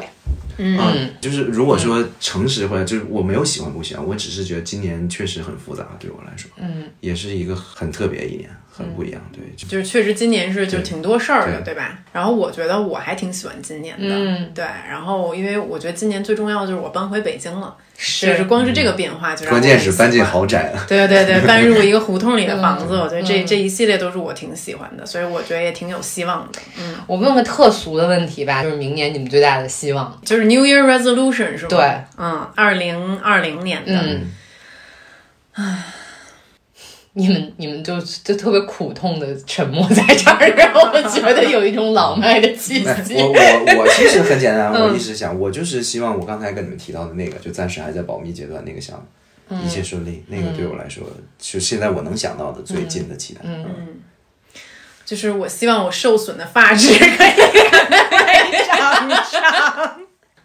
嗯，就是如果说诚实回来，就是我没有喜欢不喜欢，我只是觉得今年确实很复杂，对我来说，嗯，也是一个很特别一年，很不一样，对，就
就是确实今年是就挺多事儿的，对
对
吧？然后我觉得我还挺喜欢今年的，
嗯
对。然后因为我觉得今年最重要就是我搬回北京了，
是
就是光是这个变化就让我
嗯关键是
很喜欢
搬进豪宅 了。
对对对，搬入一个胡同里的房子，我觉得这这一系列都是我挺喜欢的，所以我觉得也挺有希望的。嗯，
我问个特俗的问题吧，就是明年你们最大的希望？
就是 New Year Resolution 是吗？
对，
嗯，二零二零年的，
嗯，你们你们就就特别苦痛的沉默在这儿， 让我觉得有一种老迈的气
哎
息。
我我我其实很简单，我一直想，我就是希望我刚才跟你们提到的那个，就暂时还在保密阶段那个项目，一切顺利。那个对我来说，就现在我能想到的最近的期待。嗯，
就是我希望我受损的发质可以长长。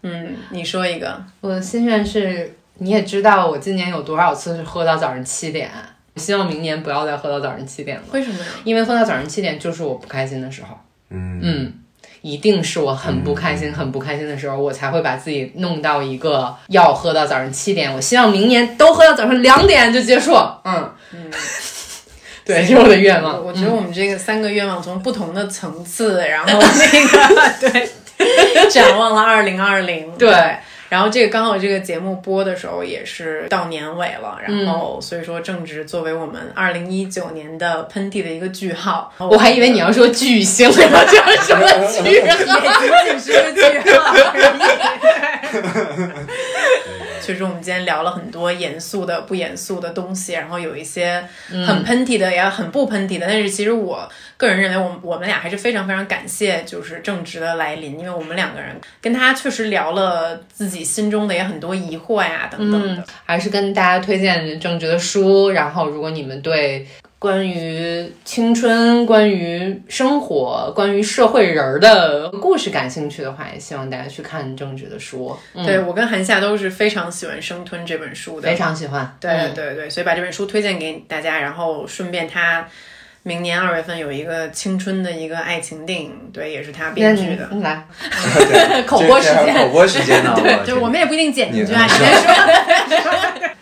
嗯，你说一个，
我的心愿是，你也知道我今年有多少次是喝到早上七点，希望明年不要再喝到早上七点了，
为什么呀？
因为喝到早上七点就是我不开心的时候。嗯一定是我很不开心、很不开心的时候，我才会把自己弄到一个要喝到早上七点。我希望明年都喝到早上两点就结束。嗯嗯，对，这是我的愿望。
我觉得我们这个三个愿望从不同的层次，然后那个 对展望了二零二零，
对
然后这个刚好这个节目播的时候也是到年尾了，
嗯
然后所以说正值作为我们二零一九年的喷嚏的一个句号，
我还以为你要说巨星，然后就是什么巨号。
仅仅是个句号而已。其实我们今天聊了很多严肃的、不严肃的东西，然后有一些很喷嚏的，也很不喷嚏的。但是其实我个人认为我们，我们俩还是非常非常感谢就是正直的来临，因为我们两个人跟他确实聊了自己心中的也很多疑惑呀等等的。
还是跟大家推荐正直的书。然后，如果你们对关于青春、关于生活、关于社会人儿的故事感兴趣的话，也希望大家去看正直的书。嗯，
对我跟韩夏都是非常喜欢《生吞》这本书的，
非常喜欢。
对
嗯
对对，所以把这本书推荐给大家，然后顺便他明年二月份有一个青春的一个爱情电影，对，也是他
那
编剧
你
的。
嗯来，
口
播时间
口播时间 呢？我
就是我们也不一定剪进去啊，
你
你先说。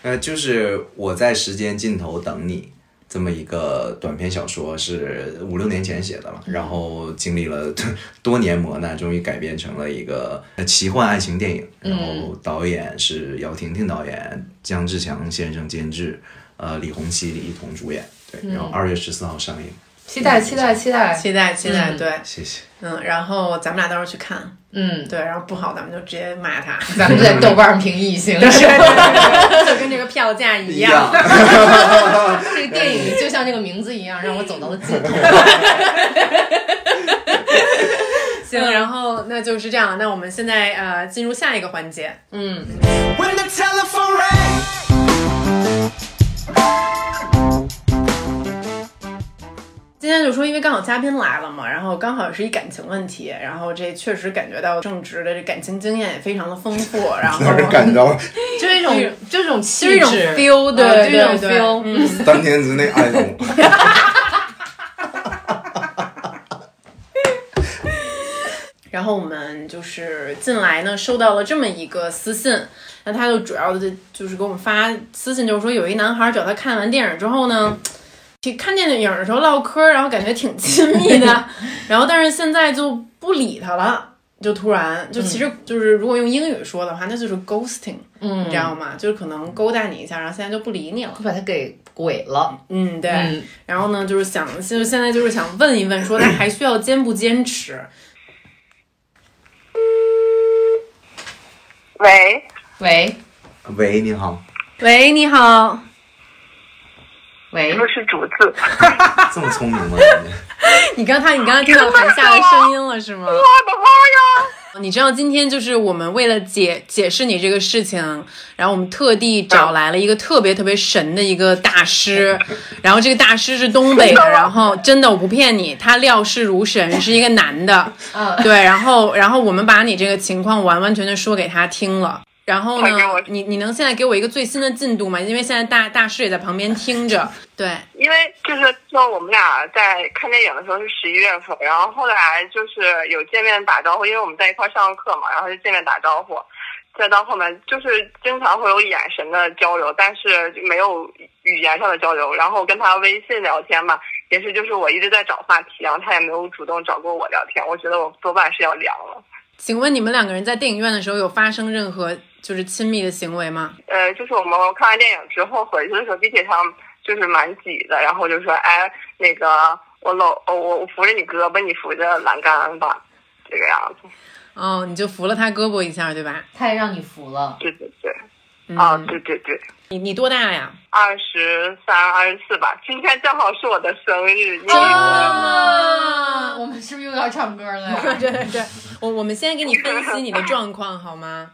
呃，就是我在时间尽头等你这么一个短篇小说，是五六年前写的了，然后经历了多年磨难，终于改编成了一个呃奇幻爱情电影。然后导演是姚婷婷导演，姜志强先生监制，呃，李红旗、李一桐主演。对，然后二月十四号上映，
期待，期待，期 待。
期待期待，对，
谢谢。
嗯，然后咱们俩到时候去看，
嗯，
对，然后不好咱们就直接骂 他，
咱们在豆瓣上评一星，是吧
就跟这个票价一样。
这个电影就像这个名字一样，让我走到了尽头。
行，
嗯
然后那就是这样，那我们现在呃进入下一个环节，
When the telephone rang.
今今天就说，因为刚好嘉宾来了嘛，然后刚好是一感情问题，然后这确实感觉到正直的这感情经验也非常的丰富，然 后
让人感到
就是一种这种气
就是一种
质
feel，对
嗯
对
就一种
对
feel，嗯，
三天之内爱上我。
然后我们就是进来呢，收到了这么一个私信，那他就主要的就是给我们发私信，就是说有一男孩找他看完电影之后 呢，去看电影的时候唠嗑，然后感觉挺亲密 的，然后但是现在就不理他了。就突然，就其实就是如果用英语说的话，那就是 ghosting，、嗯、你知道吗？就是可能勾搭你一下，然后现在就不理你了。
把他给鬼了，
嗯，对。
嗯
然后呢，就是想，就是现在就是想问一问，说他还需要坚不坚持？
喂，
喂
喂，你好，
喂，你好。
喂，
我是竹子，
这么聪明吗？
你刚才你刚才听到韩夏的声音了是吗？我的妈呀！你知道今天就是我们为了解解释你这个事情，然后我们特地找来了一个特别特别神的一个大 师，然后这个大师是东北的，然后真的我不骗你，他料事如神，是一个男的，
嗯
对，然后然后我们把你这个情况完完全全说给他听了。然后呢
快给我，
你你能现在给我一个最新的进度吗？因为现在大大师也在旁边听着，对，
因为就是说我们俩在看电影的时候是十一月份，然后后来就是有见面打招呼，因为我们在一块儿上课嘛，然后就见面打招呼，再到后面就是经常会有眼神的交流，但是就没有语言上的交流。然后跟他微信聊天嘛，也是就是我一直在找话题，然后他也没有主动找过我聊天，我觉得我多半是要凉了。
请问你们两个人在电影院的时候有发生任何就是亲密的行为吗？
呃，就是我们看完电影之后回去的时候，地铁上就是蛮挤的，然后我就说，哎，那个我搂，我我扶着你胳膊，你扶着栏杆吧，这个样子，
哦，你就扶了他胳膊一下，对吧？
太让你服了，
对对对，
嗯、
啊，对对对，
你你多大呀？
二十三、二十四吧，今天正好是我的生日，因为
啊， 我们是不是又要唱歌了 呀？
对对对，我我们先给你分析你的状况好吗？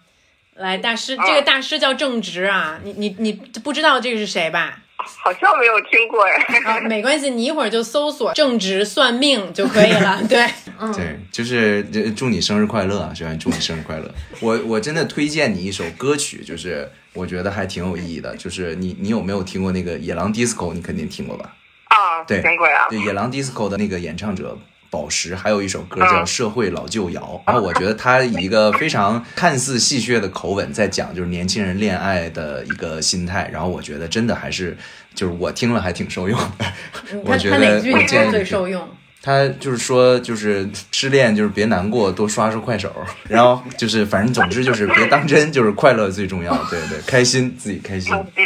来，大师，这个大师叫正直啊，你你你不知道这个是谁吧？
好像没有听过哎，
啊，没关系，你一会儿就搜索正直算命就可以了。对，
对，就是就祝你生日快乐，啊，小安，祝你生日快乐。我我真的推荐你一首歌曲，就是我觉得还挺有意义的，就是你你有没有听过那个《野狼 DISCO》？你肯定听过吧？
啊，
对
苹果呀，
对，野狼 disco 的那个演唱者宝石，还有一首歌叫《社会老旧谣》，然后我觉得他以一个非常看似戏谑的口吻在讲就是年轻人恋爱的一个心态，然后我觉得真的还是就是我听了还挺受用的， 我
他
觉
他
得
哪句
我
你觉
建
得
议
最
你
受用？
他就是说，就是失恋就是别难过，多刷刷快手， 然后就是反正总之就是别当真，就是快乐最重要，对对，开心自己开心，
嗯，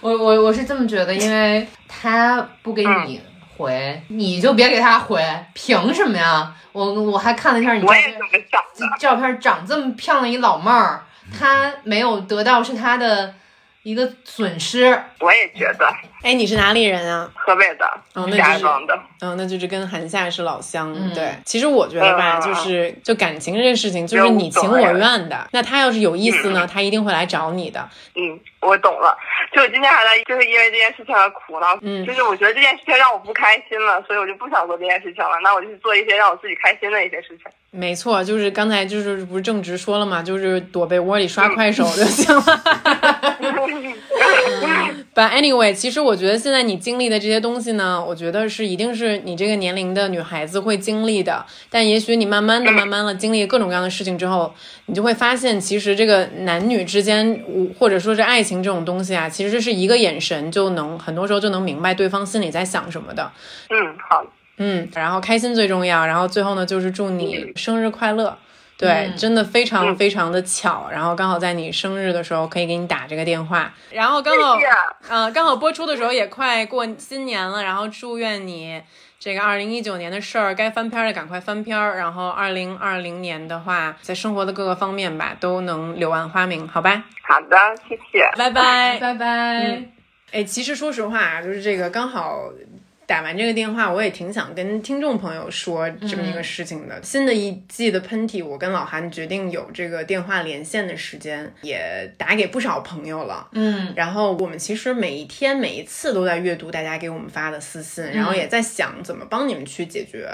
我我我是这么觉得，因为他不给你回，你就别给他回，凭什么呀？我我还看了一下你照
我也
片
这，么想的，
照片长这么漂亮一老妹儿，她没有得到是她的一个损失。
我也觉得
哎，你是哪里人啊？
河北的
哦那就是
石家庄的，
嗯，那就是跟韩夏是老乡。
嗯
对，其实我觉得吧，
嗯
就是就感情这个事情，就是
有
你情
懂
我
呀
愿的。那他要是有意思呢，他一定会来找你的。
嗯，我懂了。就我今天还在，就是因为这件事情而苦恼。
嗯
就是我觉得这件事情让我不开心了，所以我就不想做这件事情了。那我就去做一些让我自己开心的一些事情。
没错，就是刚才就是不是正直说了嘛，就是躲被窝里刷
嗯
快手就行了。But anyway，其实我觉得现在你经历的这些东西呢，我觉得是一定是你这个年龄的女孩子会经历的。但也许你慢慢
嗯
的、慢慢的经历各种各样的事情之后，你就会发现，其实这个男女之间，我或者说是爱情这种东西啊，其实是一个眼神就能，很多时候就能明白对方心里在想什么的。
嗯，好，
嗯，然后开心最重要，然后最后呢，就是祝你生日快乐。对，
嗯
真的非常
嗯
非常的巧，然后刚好在你生日的时候可以给你打这个电话，然后刚好
谢啊谢，
呃，刚好播出的时候也快过新年了，然后祝愿你这个二零一九年的事儿该翻篇儿的赶快翻篇儿，然后二零二零年的话，在生活的各个方面吧都能柳暗花明，好吧，
好的，谢谢。
拜拜。哎
拜拜。
啊哎，其实说实话，就是这个刚好打完这个电话，我也挺想跟听众朋友说这么一个事情的。新的一季的喷嚏，我跟老韩决定有这个电话连线的时间，也打给不少朋友了。
嗯，
然后我们其实每一天每一次都在阅读大家给我们发的私信，然后
嗯
也在想怎么帮你们去解决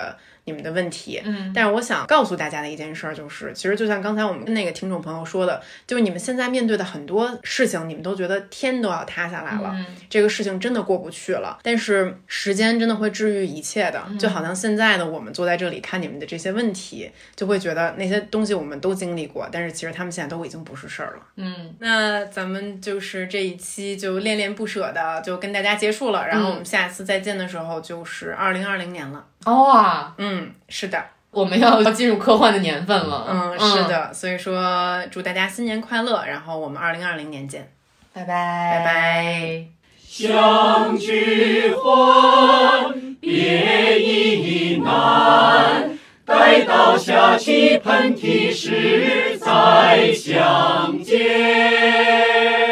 你们的问题。
嗯
但是我想告诉大家的一件事儿就是，其实就像刚才我们跟那个听众朋友说的，就是你们现在面对的很多事情，你们都觉得天都要塌下来了，
嗯
这个事情真的过不去了。但是时间真的会治愈一切的，就好像现在呢，我们坐在这里看你们的这些问题，就会觉得那些东西我们都经历过，但是其实他们现在都已经不是事儿了。
嗯，
那咱们就是这一期就恋恋不舍的就跟大家结束了，然后我们下次再见的时候就是二零二零年了。
哦啊，
嗯，是的，
我们要进入科幻的年份了。
嗯，是，的，所以说祝大家新年快乐，然后我们二零二零年见，
拜拜，
拜
拜
拜。
相聚欢，别亦难。待到下起喷嚏时再相见。